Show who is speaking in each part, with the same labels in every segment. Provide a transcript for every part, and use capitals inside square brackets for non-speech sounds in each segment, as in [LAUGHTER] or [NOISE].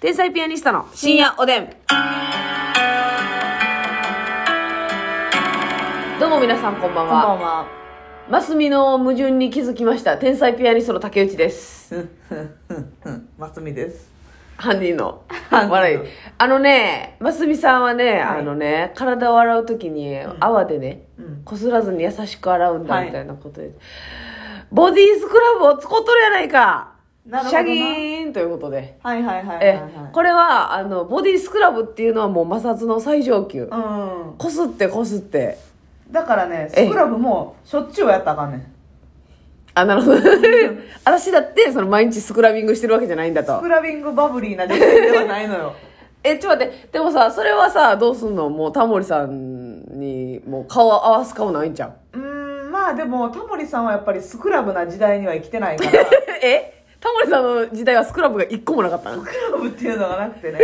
Speaker 1: 天才ピアニストの深夜おでん。どうも皆さんこんばん
Speaker 2: こんば
Speaker 1: は。
Speaker 2: んは。
Speaker 1: マスミの矛盾に気づきました。天才ピアニストの竹内です。
Speaker 2: マスミです。
Speaker 1: 犯人の
Speaker 2: 犯人の
Speaker 1: 笑い。あのね、マスミさんはね、
Speaker 2: はい
Speaker 1: あのね、体を洗うときに泡でね、
Speaker 2: うん。
Speaker 1: こすらずに優しく洗うんだ
Speaker 2: はい
Speaker 1: みたいなことで、ボディスクラブを使っとるやないか
Speaker 2: なるほ
Speaker 1: シ
Speaker 2: ど
Speaker 1: ャ
Speaker 2: な
Speaker 1: ギーンということで。
Speaker 2: はいはいはいはい、
Speaker 1: え
Speaker 2: はい。
Speaker 1: これはあのボディスクラブっていうのはもう摩擦の最上級
Speaker 2: う
Speaker 1: こすってこすって
Speaker 2: ん。だからね、
Speaker 1: ええ
Speaker 2: スクラブもしょっちゅうやったらあかんねん。
Speaker 1: あなるほど [LAUGHS] 私だってその毎日スクラビングしてるわけじゃないんだ
Speaker 2: ス
Speaker 1: と
Speaker 2: クラビングバブリーな女性ではないのよ。
Speaker 1: えちょっと待ってでもさそれはさどうすんのもうタモリさんにもう顔合わす顔ないんじゃん
Speaker 2: [LAUGHS] うーん、まあでも、タモリさんはやっぱりスクラブな時代には生きてない [LAUGHS] から、ス
Speaker 1: [LAUGHS] えタモリさんの時代はスクラブが一個もなかったの
Speaker 2: クラブっていうのがなくてね、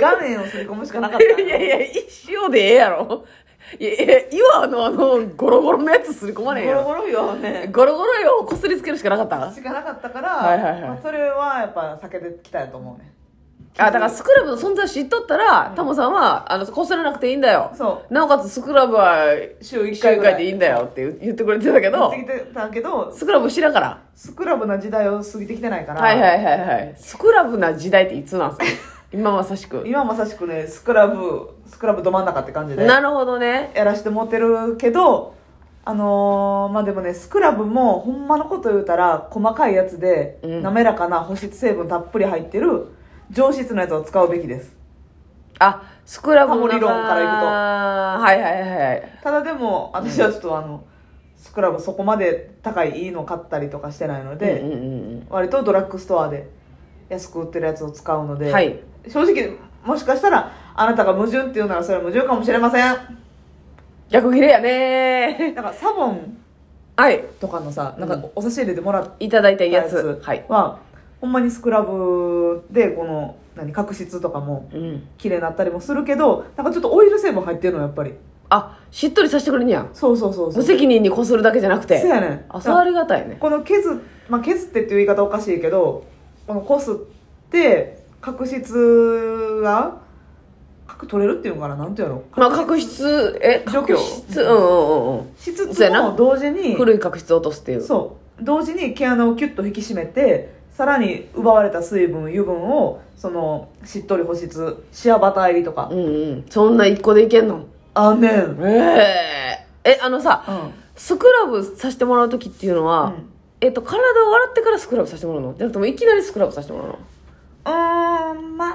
Speaker 2: 画面をすり込むしかなかった
Speaker 1: いやいや一生でええやろいやいや岩のあのゴロゴロのやつすり込まねえ
Speaker 2: ゴロ
Speaker 1: よ
Speaker 2: ゴロよね。
Speaker 1: ゴロゴロよこすりつけるしかなかった
Speaker 2: しかなかったから、
Speaker 1: はいはいはい
Speaker 2: まあそれはやっぱ避けてきたやと思うね。
Speaker 1: あだからスクラブの存在を知っとったら、タモさんはあのこすらなくていいんだよ
Speaker 2: そ
Speaker 1: なおかつスクラブは
Speaker 2: 週
Speaker 1: 1
Speaker 2: 1回
Speaker 1: 回
Speaker 2: ぐ
Speaker 1: ぐ
Speaker 2: ら
Speaker 1: ら
Speaker 2: い
Speaker 1: いでいいんだよって言言ってくれてたけど
Speaker 2: 言ってきてたけど、
Speaker 1: スクラブ知らんから
Speaker 2: スクラブな時代を過ぎてきてないから、
Speaker 1: はいはいはいはいスクラブな時代っていつなんす
Speaker 2: [LAUGHS]
Speaker 1: か今まさしく
Speaker 2: 今まさしくねスクラブスクラブど真ん中って感じで
Speaker 1: なるほどね
Speaker 2: やらしてもってるけどあのーまあでもねスクラブもほんまのこと言うたら細かいやつで、
Speaker 1: うん
Speaker 2: 滑らかな保湿成分たっぷり入ってる上質なやつを使うべきです
Speaker 1: あスクラブの
Speaker 2: タモ
Speaker 1: 中
Speaker 2: リ論からいくと
Speaker 1: はいはいはい
Speaker 2: ただでも私はちょっとあのスクラブそこまで高いいいの買ったりとかしてないので、
Speaker 1: うんうんうん
Speaker 2: 割とドラッグストアで安く売ってるやつを使うの
Speaker 1: う
Speaker 2: で、
Speaker 1: んはい
Speaker 2: 正直もしかしたらあなたが矛盾っていうならそれは矛盾かもしれません
Speaker 1: 逆切れやね
Speaker 2: なんかサボン
Speaker 1: はい
Speaker 2: とかのさなん
Speaker 1: う
Speaker 2: かお差し入れでもらった
Speaker 1: いただいたや
Speaker 2: や
Speaker 1: つ
Speaker 2: つ
Speaker 1: はい、
Speaker 2: は、ほんまにスクラブでこの何角質とかも
Speaker 1: うん、
Speaker 2: 綺麗になったりもするけどなんかちょっとオイル成分入ってるのやっぱり
Speaker 1: あしっとりさせてくれんねや
Speaker 2: そうそうそうそ
Speaker 1: 無
Speaker 2: うそう
Speaker 1: 責任にこするだけじゃなくて
Speaker 2: やねん
Speaker 1: あそうありがたいね
Speaker 2: この削,、まあ、削ってっていう言い方おかしいけどこのこすって角質が角取れるっていうのかななんていうの
Speaker 1: まあ、角質、え、
Speaker 2: 除去
Speaker 1: 角質、うんうんうんうん。
Speaker 2: しつ
Speaker 1: そう
Speaker 2: つ
Speaker 1: やな
Speaker 2: も同時に
Speaker 1: 古い角質を落とすっていう。
Speaker 2: そう同時に毛穴をキュッと引き締めてさらに奪われた水分油分をそのしっとり保湿シアバター入りとか、
Speaker 1: うんうん。そんな一個でいけんの
Speaker 2: あねん、うん、
Speaker 1: えええ、あのさ、スクラブさせてもらうときっていうのは、
Speaker 2: うん
Speaker 1: えっと、体を洗ってからスクラブさせてもらうのじゃなくてもういきなりスクラブさせてもらうの
Speaker 2: ーんま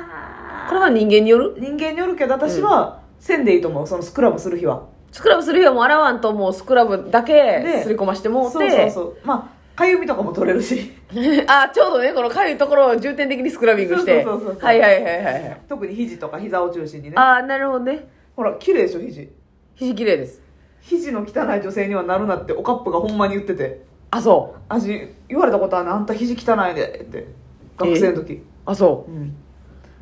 Speaker 1: これは人間による
Speaker 2: 人間によるけど私はせんでいいと思うそのスクラブする日は
Speaker 1: スクラブする日はもう洗わんともうスクラブだけすり込ましてもうて。
Speaker 2: そうそうそうまあかゆみとかも取れるし
Speaker 1: [LAUGHS]
Speaker 2: [LAUGHS]
Speaker 1: あ、ちょうどね、このかゆいところを重点的にスクラビングして。
Speaker 2: そうそうそうそう
Speaker 1: はいはいはいはいはい。
Speaker 2: 特に肘とか膝を中心にね
Speaker 1: あー、なるほどね。
Speaker 2: ほら綺麗でしょ肘
Speaker 1: 肘綺麗です。
Speaker 2: 肘の汚い女性にはなるなっておかっぷがほんまに言ってて
Speaker 1: あ、そう。
Speaker 2: 私言われたことあるねあんた肘汚いでって学生の時、
Speaker 1: あ、そ
Speaker 2: うん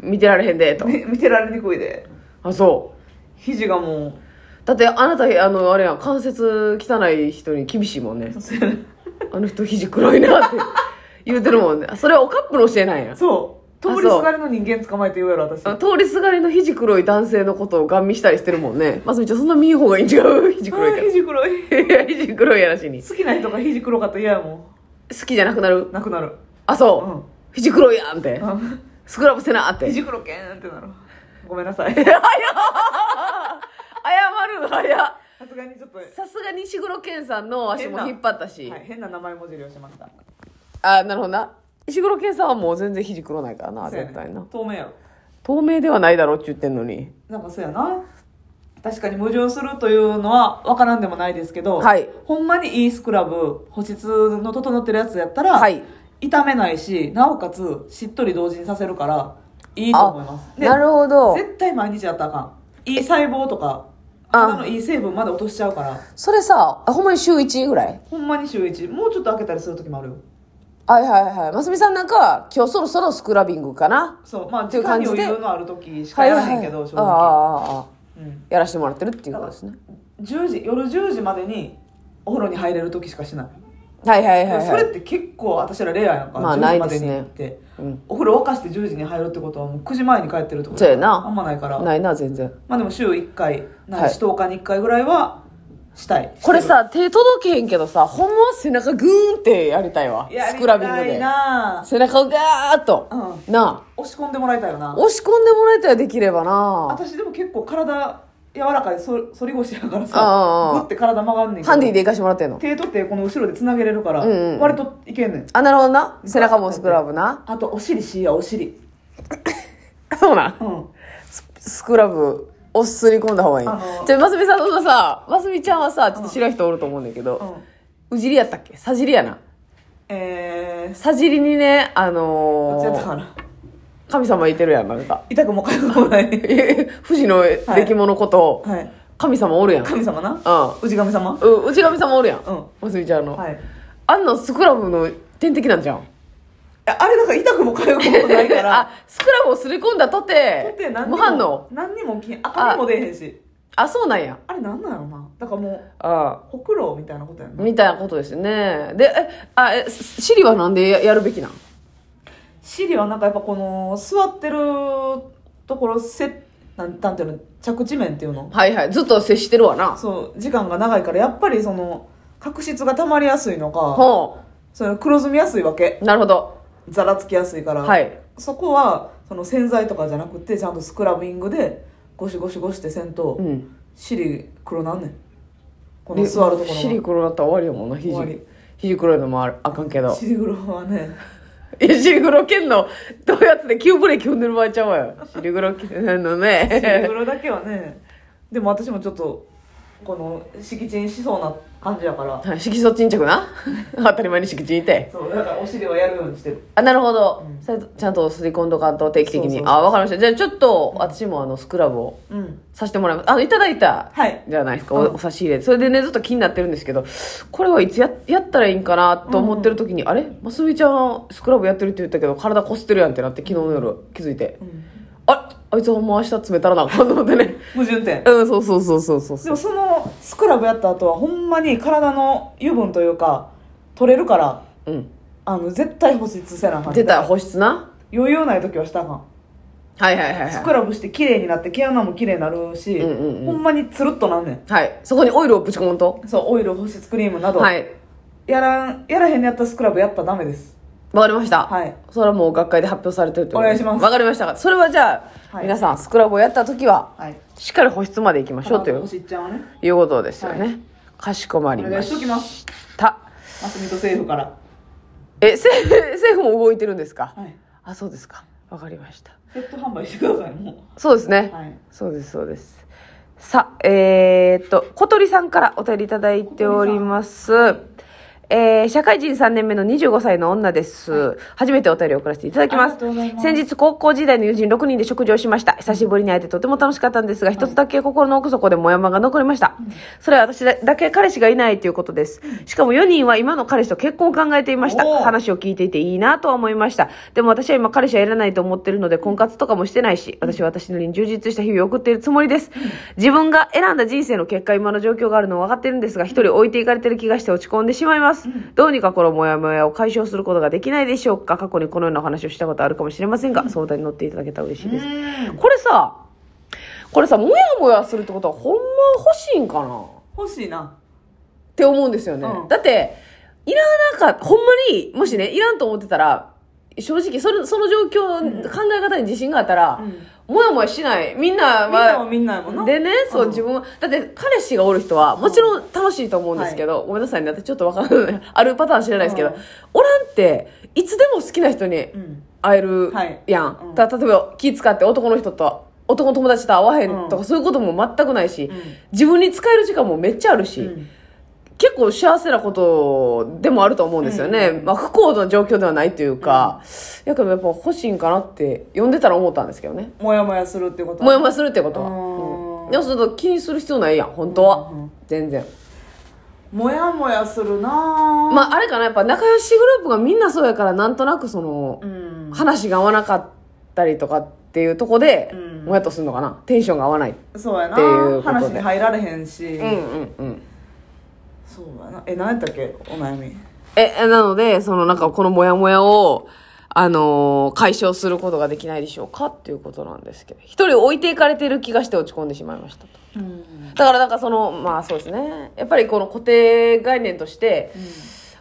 Speaker 1: う。見てられへんで、と。
Speaker 2: み見てられにくいで
Speaker 1: あ、そう。
Speaker 2: 肘がもう
Speaker 1: だってあなたあのあれやん関節汚い人に厳しいもんね [LAUGHS] あの人肘黒いなって言うてるもんねそれはおカップの教えなんや
Speaker 2: そう通りすがりの人間捕まえて言うやろ私
Speaker 1: あの通りすがりの肘黒い男性のことをガン見したりしてるもんねますみちゃんそんな見ん方がいいん違う肘黒い
Speaker 2: あー肘黒い
Speaker 1: からいや肘黒いやらしに
Speaker 2: 好きな人が肘黒かったら嫌やも
Speaker 1: 好きじゃなくなる
Speaker 2: んなくなる
Speaker 1: あそう、 [LAUGHS]
Speaker 2: うん
Speaker 1: 肘黒いやんって
Speaker 2: うん
Speaker 1: スクラブせなって謝
Speaker 2: 肘黒けんってなるごめん
Speaker 1: [LAUGHS]
Speaker 2: なさい
Speaker 1: る早
Speaker 2: さすがにちょっと、は
Speaker 1: さすが西黒健さんの足も引っ張ったし、
Speaker 2: い、変な名前文字利用しました
Speaker 1: あなるほどな石黒健さんはもう全然肘黒ないからな
Speaker 2: そうやね
Speaker 1: 絶対な
Speaker 2: 透明やろ
Speaker 1: 透明ではないだろうって言ってんのに
Speaker 2: なんかそうやな確かに矛盾するというのは分からんでもないですけど、
Speaker 1: はい
Speaker 2: ほんまにいいスクラブ保湿の整ってるやつやったら、
Speaker 1: はい
Speaker 2: 痛めないしなおかつしっとり同時にさせるからいいと思いますで
Speaker 1: なるほど
Speaker 2: 絶対毎日やったらあかんいい細胞とか
Speaker 1: あ
Speaker 2: 肌のいい成分まで落としちゃうから
Speaker 1: それさあほんまに週1ぐらい
Speaker 2: ほんまに週1もうちょっと開けたりする時もあるよ
Speaker 1: はいはいはいますみさんなんかは今日そろそろスクラビングかな
Speaker 2: そうまあ
Speaker 1: てい
Speaker 2: 時
Speaker 1: う
Speaker 2: 間
Speaker 1: 感
Speaker 2: に
Speaker 1: じで
Speaker 2: 余裕のある時しか
Speaker 1: はい
Speaker 2: や
Speaker 1: は
Speaker 2: ら
Speaker 1: い
Speaker 2: へんけど、
Speaker 1: ああ
Speaker 2: 正
Speaker 1: あああ
Speaker 2: 直、うん、
Speaker 1: やらしてもらってるっていうことですね
Speaker 2: 10時夜10時までにお風呂に入れる時しかしない
Speaker 1: はいはいはい、はい、
Speaker 2: それって結構私らレアやんか、
Speaker 1: まあ
Speaker 2: 10時
Speaker 1: ない
Speaker 2: ま
Speaker 1: です
Speaker 2: でに
Speaker 1: ね
Speaker 2: 行って、
Speaker 1: うん
Speaker 2: お風呂沸かして10時に入るってことはもう9時前に帰ってるってこと
Speaker 1: そうやな
Speaker 2: あんまないから
Speaker 1: ないな全然
Speaker 2: まあでも週1回ないし
Speaker 1: は
Speaker 2: 10日に1回ぐらいはしたい
Speaker 1: これさ手届けへんけどさほんまは背中グーンってやりたいわ
Speaker 2: や
Speaker 1: ス
Speaker 2: り
Speaker 1: クラビング
Speaker 2: たい
Speaker 1: で
Speaker 2: な
Speaker 1: 背中をガーッと、
Speaker 2: う
Speaker 1: な
Speaker 2: 押し込んでもらいたいよ
Speaker 1: あ
Speaker 2: な
Speaker 1: 押し込んでもらえたらできればな
Speaker 2: 私でも結構体柔らかいそ反り腰やから
Speaker 1: あ
Speaker 2: さ
Speaker 1: あ
Speaker 2: グッて体曲がんねんけど
Speaker 1: ハンディで行かしてもらってんの
Speaker 2: 手と手この後ろでつなげれるから、
Speaker 1: うんうん
Speaker 2: 割といけんねん
Speaker 1: あなるほどな背中もスクラブな
Speaker 2: あとお尻しいやお尻
Speaker 1: そうなん
Speaker 2: うん
Speaker 1: スクラブをすり込んだ方がいい
Speaker 2: あの
Speaker 1: じゃあますみさんそのさますみちゃんはさちょっと白い人おると思うんだけど、
Speaker 2: う
Speaker 1: う
Speaker 2: ん
Speaker 1: じりやったっけさじりやな
Speaker 2: えー
Speaker 1: さじりにねあ
Speaker 2: ど
Speaker 1: の
Speaker 2: っちやった
Speaker 1: ー、
Speaker 2: かな
Speaker 1: 神様いてるやんなんか [LAUGHS]
Speaker 2: 痛くも痒くもない
Speaker 1: 富士の出来物こと、
Speaker 2: はい
Speaker 1: 神様おるやん
Speaker 2: 神様な
Speaker 1: う
Speaker 2: 氏神様
Speaker 1: んううち神様おるやん、
Speaker 2: うん
Speaker 1: ますみちゃんの、
Speaker 2: はいい
Speaker 1: あんなスクラブの天敵なんじゃん
Speaker 2: やあれだから痛くも痒くもない
Speaker 1: [LAUGHS]
Speaker 2: か
Speaker 1: あ
Speaker 2: ら
Speaker 1: スクラブをすり込んだと
Speaker 2: だってて何に
Speaker 1: 無
Speaker 2: も
Speaker 1: 反応
Speaker 2: 何にも起きん赤みも出えへんし
Speaker 1: あそうなんや
Speaker 2: あれなんなんやろなだからも
Speaker 1: あ
Speaker 2: うほくろみたいなことやんな
Speaker 1: みたいなことですよねでえあえすシリはなんでややるべきなん
Speaker 2: 尻はなんかやっぱこの座ってるところせなんなんていうの着地面っていうの
Speaker 1: はいはいずっと接してるわな
Speaker 2: そう時間が長いからやっぱりその角質が溜まりやすいのか
Speaker 1: ほ
Speaker 2: その黒ずみやすいわけ
Speaker 1: うなるほど
Speaker 2: ざらつきやすいから、
Speaker 1: はい
Speaker 2: そこはその洗剤とかじゃなくてちゃんとスクラビングでゴシゴシゴシってせんと、
Speaker 1: うん
Speaker 2: 尻黒なんねんこ
Speaker 1: こ
Speaker 2: の座るところが
Speaker 1: 尻黒だったら終わりやもんな
Speaker 2: 終わり
Speaker 1: 肘肘黒いのもあるあかんけど
Speaker 2: 尻黒
Speaker 1: [LAUGHS]
Speaker 2: はね
Speaker 1: いや尻黒けんのどうやって急ブレーキ踏んでる場合ちゃうわよ尻黒けんの
Speaker 2: シ
Speaker 1: ね
Speaker 2: [LAUGHS] ングルだけはねでも私もちょっとこの敷地にしそうな感じやから
Speaker 1: はい色素沈着な [LAUGHS] 当たり前に色沈いて
Speaker 2: そうだからお尻はやるようにしてる
Speaker 1: あなるほど、
Speaker 2: うん
Speaker 1: それちゃんとすり込んどかんと定期的に
Speaker 2: そうそうそう
Speaker 1: あわかりましたじゃあちょっと私もあのスクラブを
Speaker 2: うん
Speaker 1: させてもらいますあのいただいた
Speaker 2: はい
Speaker 1: じゃないですか、
Speaker 2: う
Speaker 1: お
Speaker 2: ん
Speaker 1: お差し入れそれでねずっと気になってるんですけどこれはいつややったらいいんかなと思ってる時に、あれますみちゃんスクラブやってるって言ったけど体こすってるやんってなって昨日の夜気づいて、
Speaker 2: ん
Speaker 1: ああいつほんま明日詰めたらなあかんと思ってね [LAUGHS]
Speaker 2: 矛盾点
Speaker 1: うんそうそうそうそうそう
Speaker 2: で
Speaker 1: そう
Speaker 2: もそのスクラブやった後はほんまに体の油分というか取れるから
Speaker 1: うん
Speaker 2: あの絶対保湿せなあかん
Speaker 1: 出た保湿な
Speaker 2: 余裕ない時はしたらあかん
Speaker 1: はいはいはいはい
Speaker 2: スクラブして綺麗になって毛穴も綺麗になるし、
Speaker 1: うんうんうん
Speaker 2: ほんまにつるっとなんね
Speaker 1: はいそこにオイルをぶち込むと
Speaker 2: んそうオイル保湿クリームなど、
Speaker 1: はい
Speaker 2: やらんやらへんのやったらスクラブやったらダメです
Speaker 1: わかりました
Speaker 2: はい
Speaker 1: それはもう学会で発表されてるってことで
Speaker 2: お願いします
Speaker 1: わかりましたそれはじゃあ、
Speaker 2: はい
Speaker 1: 皆さんスクラブをやった時は
Speaker 2: はい
Speaker 1: しっかり保湿までいきましょうという
Speaker 2: おしっちゃんはね
Speaker 1: いうことですよね、
Speaker 2: は
Speaker 1: かしこま
Speaker 2: お
Speaker 1: り
Speaker 2: 願
Speaker 1: ま
Speaker 2: いし
Speaker 1: し
Speaker 2: ときます
Speaker 1: た
Speaker 2: マスミと政府から
Speaker 1: えせ [LAUGHS] 政府も動いてるんですか、
Speaker 2: はい
Speaker 1: あそうですかわかりました
Speaker 2: セット販売してくださいも
Speaker 1: そうですね、
Speaker 2: うはい
Speaker 1: そうですそうですさあえー、っと小鳥さんからお便りいただいておりますえー社会人3年目の25歳の女です、初めてお便りを送らせていただき
Speaker 2: あり
Speaker 1: ま
Speaker 2: が
Speaker 1: す
Speaker 2: とうございます
Speaker 1: 先日高校時代の友人6人で食事をしました久しぶりに会えてとても楽しかったんですが一つだけ心の奥底でモヤモヤが残りました、それは私だけ彼氏がいないということですしかも4人は今の彼氏と結婚を考えていました
Speaker 2: おー
Speaker 1: 話を聞いていていいなとは思いましたでも私は今彼氏はいらないと思ってるので婚活とかもしてないし私は私なりに充実した日々を送っているつもりです自分が選んだ人生の結果今の状況があるのは分かってるんですが一人置いていかれてる気がして落ち込んでしまいますどうにかこのモヤモヤを解消することができないでしょうか過去にこのようなお話をしたことあるかもしれませんが相談に乗っていただけたら嬉しいです
Speaker 2: うん
Speaker 1: これさこれさモヤモヤするってことはほんま欲しいんかな
Speaker 2: 欲しいな
Speaker 1: って思うんですよね。
Speaker 2: うん
Speaker 1: だって、いらなかほんまに、もしね、いらんと思ってたら、正直、それ、その状況、考え方に自信があったら、もやもやしない。みんな
Speaker 2: みんな
Speaker 1: は
Speaker 2: も、みんなやもんな
Speaker 1: でね、そう、
Speaker 2: うん
Speaker 1: 自分は、だって彼氏がおる人は、もちろん楽しいと思うんですけど、ごめんなさいね、だってちょっとわからない。 [LAUGHS] あるパターン知らないですけど、
Speaker 2: うん
Speaker 1: おらんって、いつでも好きな人に
Speaker 2: うん
Speaker 1: 会える
Speaker 2: はい
Speaker 1: やん。
Speaker 2: うん
Speaker 1: た例えば、気使って男の人と、男の友達と会わへんとか、
Speaker 2: うん
Speaker 1: そういうことも全くないし、
Speaker 2: ん
Speaker 1: 自分に使える時間もめっちゃあるし、
Speaker 2: うん
Speaker 1: 結構幸せなことでもあると思うんですよね、
Speaker 2: うん
Speaker 1: まあ、不幸な状況ではないというか、やけどやっぱ欲しいんかなって読んでたら思ったんですけどね
Speaker 2: もやもやするってこと
Speaker 1: モヤモヤするってことは、
Speaker 2: う
Speaker 1: うん
Speaker 2: ん
Speaker 1: でもそうすると気にする必要ないやん本当は、
Speaker 2: うんうん
Speaker 1: 全然
Speaker 2: もやもやするなぁ
Speaker 1: まああれかなやっぱ仲良しグループがみんなそうやからなんとなくその
Speaker 2: う、ん
Speaker 1: 話が合わなかったりとかっていうとこで、
Speaker 2: うん
Speaker 1: もやっとするのかなテンションが合わない
Speaker 2: そうや
Speaker 1: っていうことで
Speaker 2: な話に入られへんし
Speaker 1: うんうんうん
Speaker 2: そうやなえ何やったっけお悩み
Speaker 1: え、なので、そのなんかこのモヤモヤを、あのー解消することができないでしょうかっていうことなんですけど。一人置いていかれてる気がして落ち込んでしまいましたと。だからなんかその、まあそうですね。やっぱりこの固定概念として、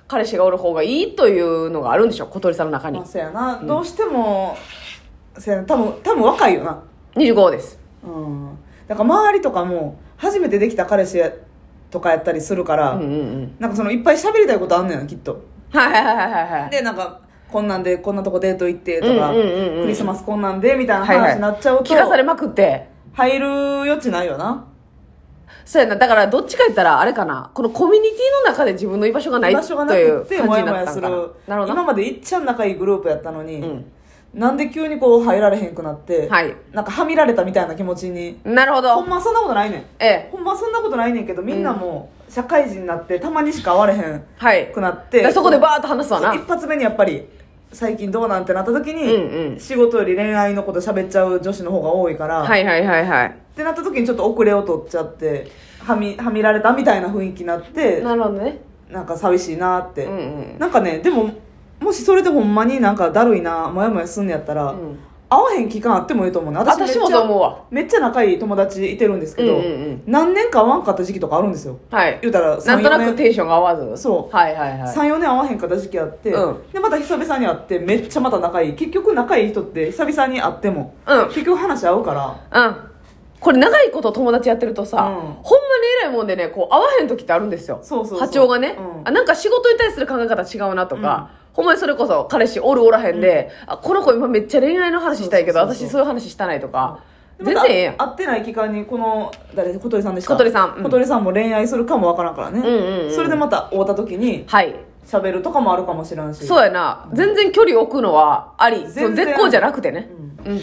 Speaker 1: 彼氏がおる方がいいというのがあるんでしょう、小鳥さんの中に
Speaker 2: まあ、。そうやな、どうしてもそうやな多分多分若いよな
Speaker 1: 25です。
Speaker 2: うんだから周りとかも初めてできた彼氏やとかやったりするから、
Speaker 1: うんうんうん。
Speaker 2: なんかそのいっぱい喋りたいことあんねんなきっと
Speaker 1: はいはいはいはいはい。
Speaker 2: でなんかこんなんでこんなとこデート行ってとか、
Speaker 1: うんうんうんうん
Speaker 2: クリスマスこんなんでみたいな
Speaker 1: はいはい
Speaker 2: 話になっちゃうと、
Speaker 1: 聞かされまくって。
Speaker 2: 入る余地ないよな
Speaker 1: そうやな。だから、どっちか言ったら、あれかな。このコミュニティの中で自分の居場所がない
Speaker 2: 居
Speaker 1: という
Speaker 2: 場所
Speaker 1: 感
Speaker 2: がな
Speaker 1: じ
Speaker 2: くって
Speaker 1: に
Speaker 2: モヤモ
Speaker 1: なっ
Speaker 2: ヤ
Speaker 1: た
Speaker 2: す
Speaker 1: んか
Speaker 2: る
Speaker 1: な。なるほどな。
Speaker 2: 今までいっちゃん仲いいグループやったのに、
Speaker 1: うん
Speaker 2: なんで急にこう入られへんくなって、
Speaker 1: はい
Speaker 2: なんかはみられたみたいな気持ちに
Speaker 1: なるほ
Speaker 2: ほん
Speaker 1: ど。
Speaker 2: まそんなことないねん
Speaker 1: ええ。
Speaker 2: ほんまそんなことないねんけどみんなもう社会人になってたまにしか会われへん
Speaker 1: はい。
Speaker 2: くなって、
Speaker 1: でそこでバーッと話すわな。
Speaker 2: 一発目にやっぱり最近どうなんてなった時に、
Speaker 1: うんうん
Speaker 2: 仕事より恋愛のこと喋っちゃう女子の方が多いから、
Speaker 1: はいはいはいはい。
Speaker 2: ってなった時にちょっと遅れを取っちゃってはみはみられたみたいな雰囲気になって
Speaker 1: なるほどね。
Speaker 2: なんか寂しいなって、
Speaker 1: うんうん。
Speaker 2: なんかねでももしそれでほんまになんかだるいなモヤモヤすんのやったら、
Speaker 1: うん
Speaker 2: 会わへん期間あってもいいと思うね
Speaker 1: 私もそう思うわ。
Speaker 2: めっちゃ仲いい友達いてるんですけど、
Speaker 1: うんうんうん
Speaker 2: 何年か会わんかった時期とかあるんですよ
Speaker 1: はい。
Speaker 2: 言うたら
Speaker 1: なんとな
Speaker 2: 34
Speaker 1: く
Speaker 2: 年
Speaker 1: テンションが合わず。
Speaker 2: そう
Speaker 1: はいはいはい。
Speaker 2: 34年会わへんかった時期あって、
Speaker 1: うん
Speaker 2: でまた久々に会ってめっちゃまた仲いい結局仲いい人って久々に会っても
Speaker 1: うん。
Speaker 2: 結局話合うから
Speaker 1: うん。これ長いこと友達やってるとさ、
Speaker 2: うん
Speaker 1: ほんまに偉いもんでね、こう合わへん時ってあるんですよ。
Speaker 2: そうそうそう
Speaker 1: 波長がね、
Speaker 2: うん
Speaker 1: あ。なんか仕事に対する考え方違うなとか、ほんまにそれこそ彼氏おるおらへんで、あ、この子今めっちゃ恋愛の話したいけど、
Speaker 2: そうそうそうそう
Speaker 1: 私そういう話したないとか、
Speaker 2: で
Speaker 1: 全
Speaker 2: また
Speaker 1: 然ええやん。
Speaker 2: 会ってない期間にこの誰小鳥さんでした
Speaker 1: 小鳥さんうん
Speaker 2: 小鳥さんも恋会するかもわからんからね、
Speaker 1: んうんうん
Speaker 2: それでまた会うた時に
Speaker 1: はい。
Speaker 2: 喋るとかもあるかもしれんし
Speaker 1: そうやな。全然距離置くのはあり。
Speaker 2: 全
Speaker 1: そ
Speaker 2: 然
Speaker 1: う絶好じゃなくてね。うん。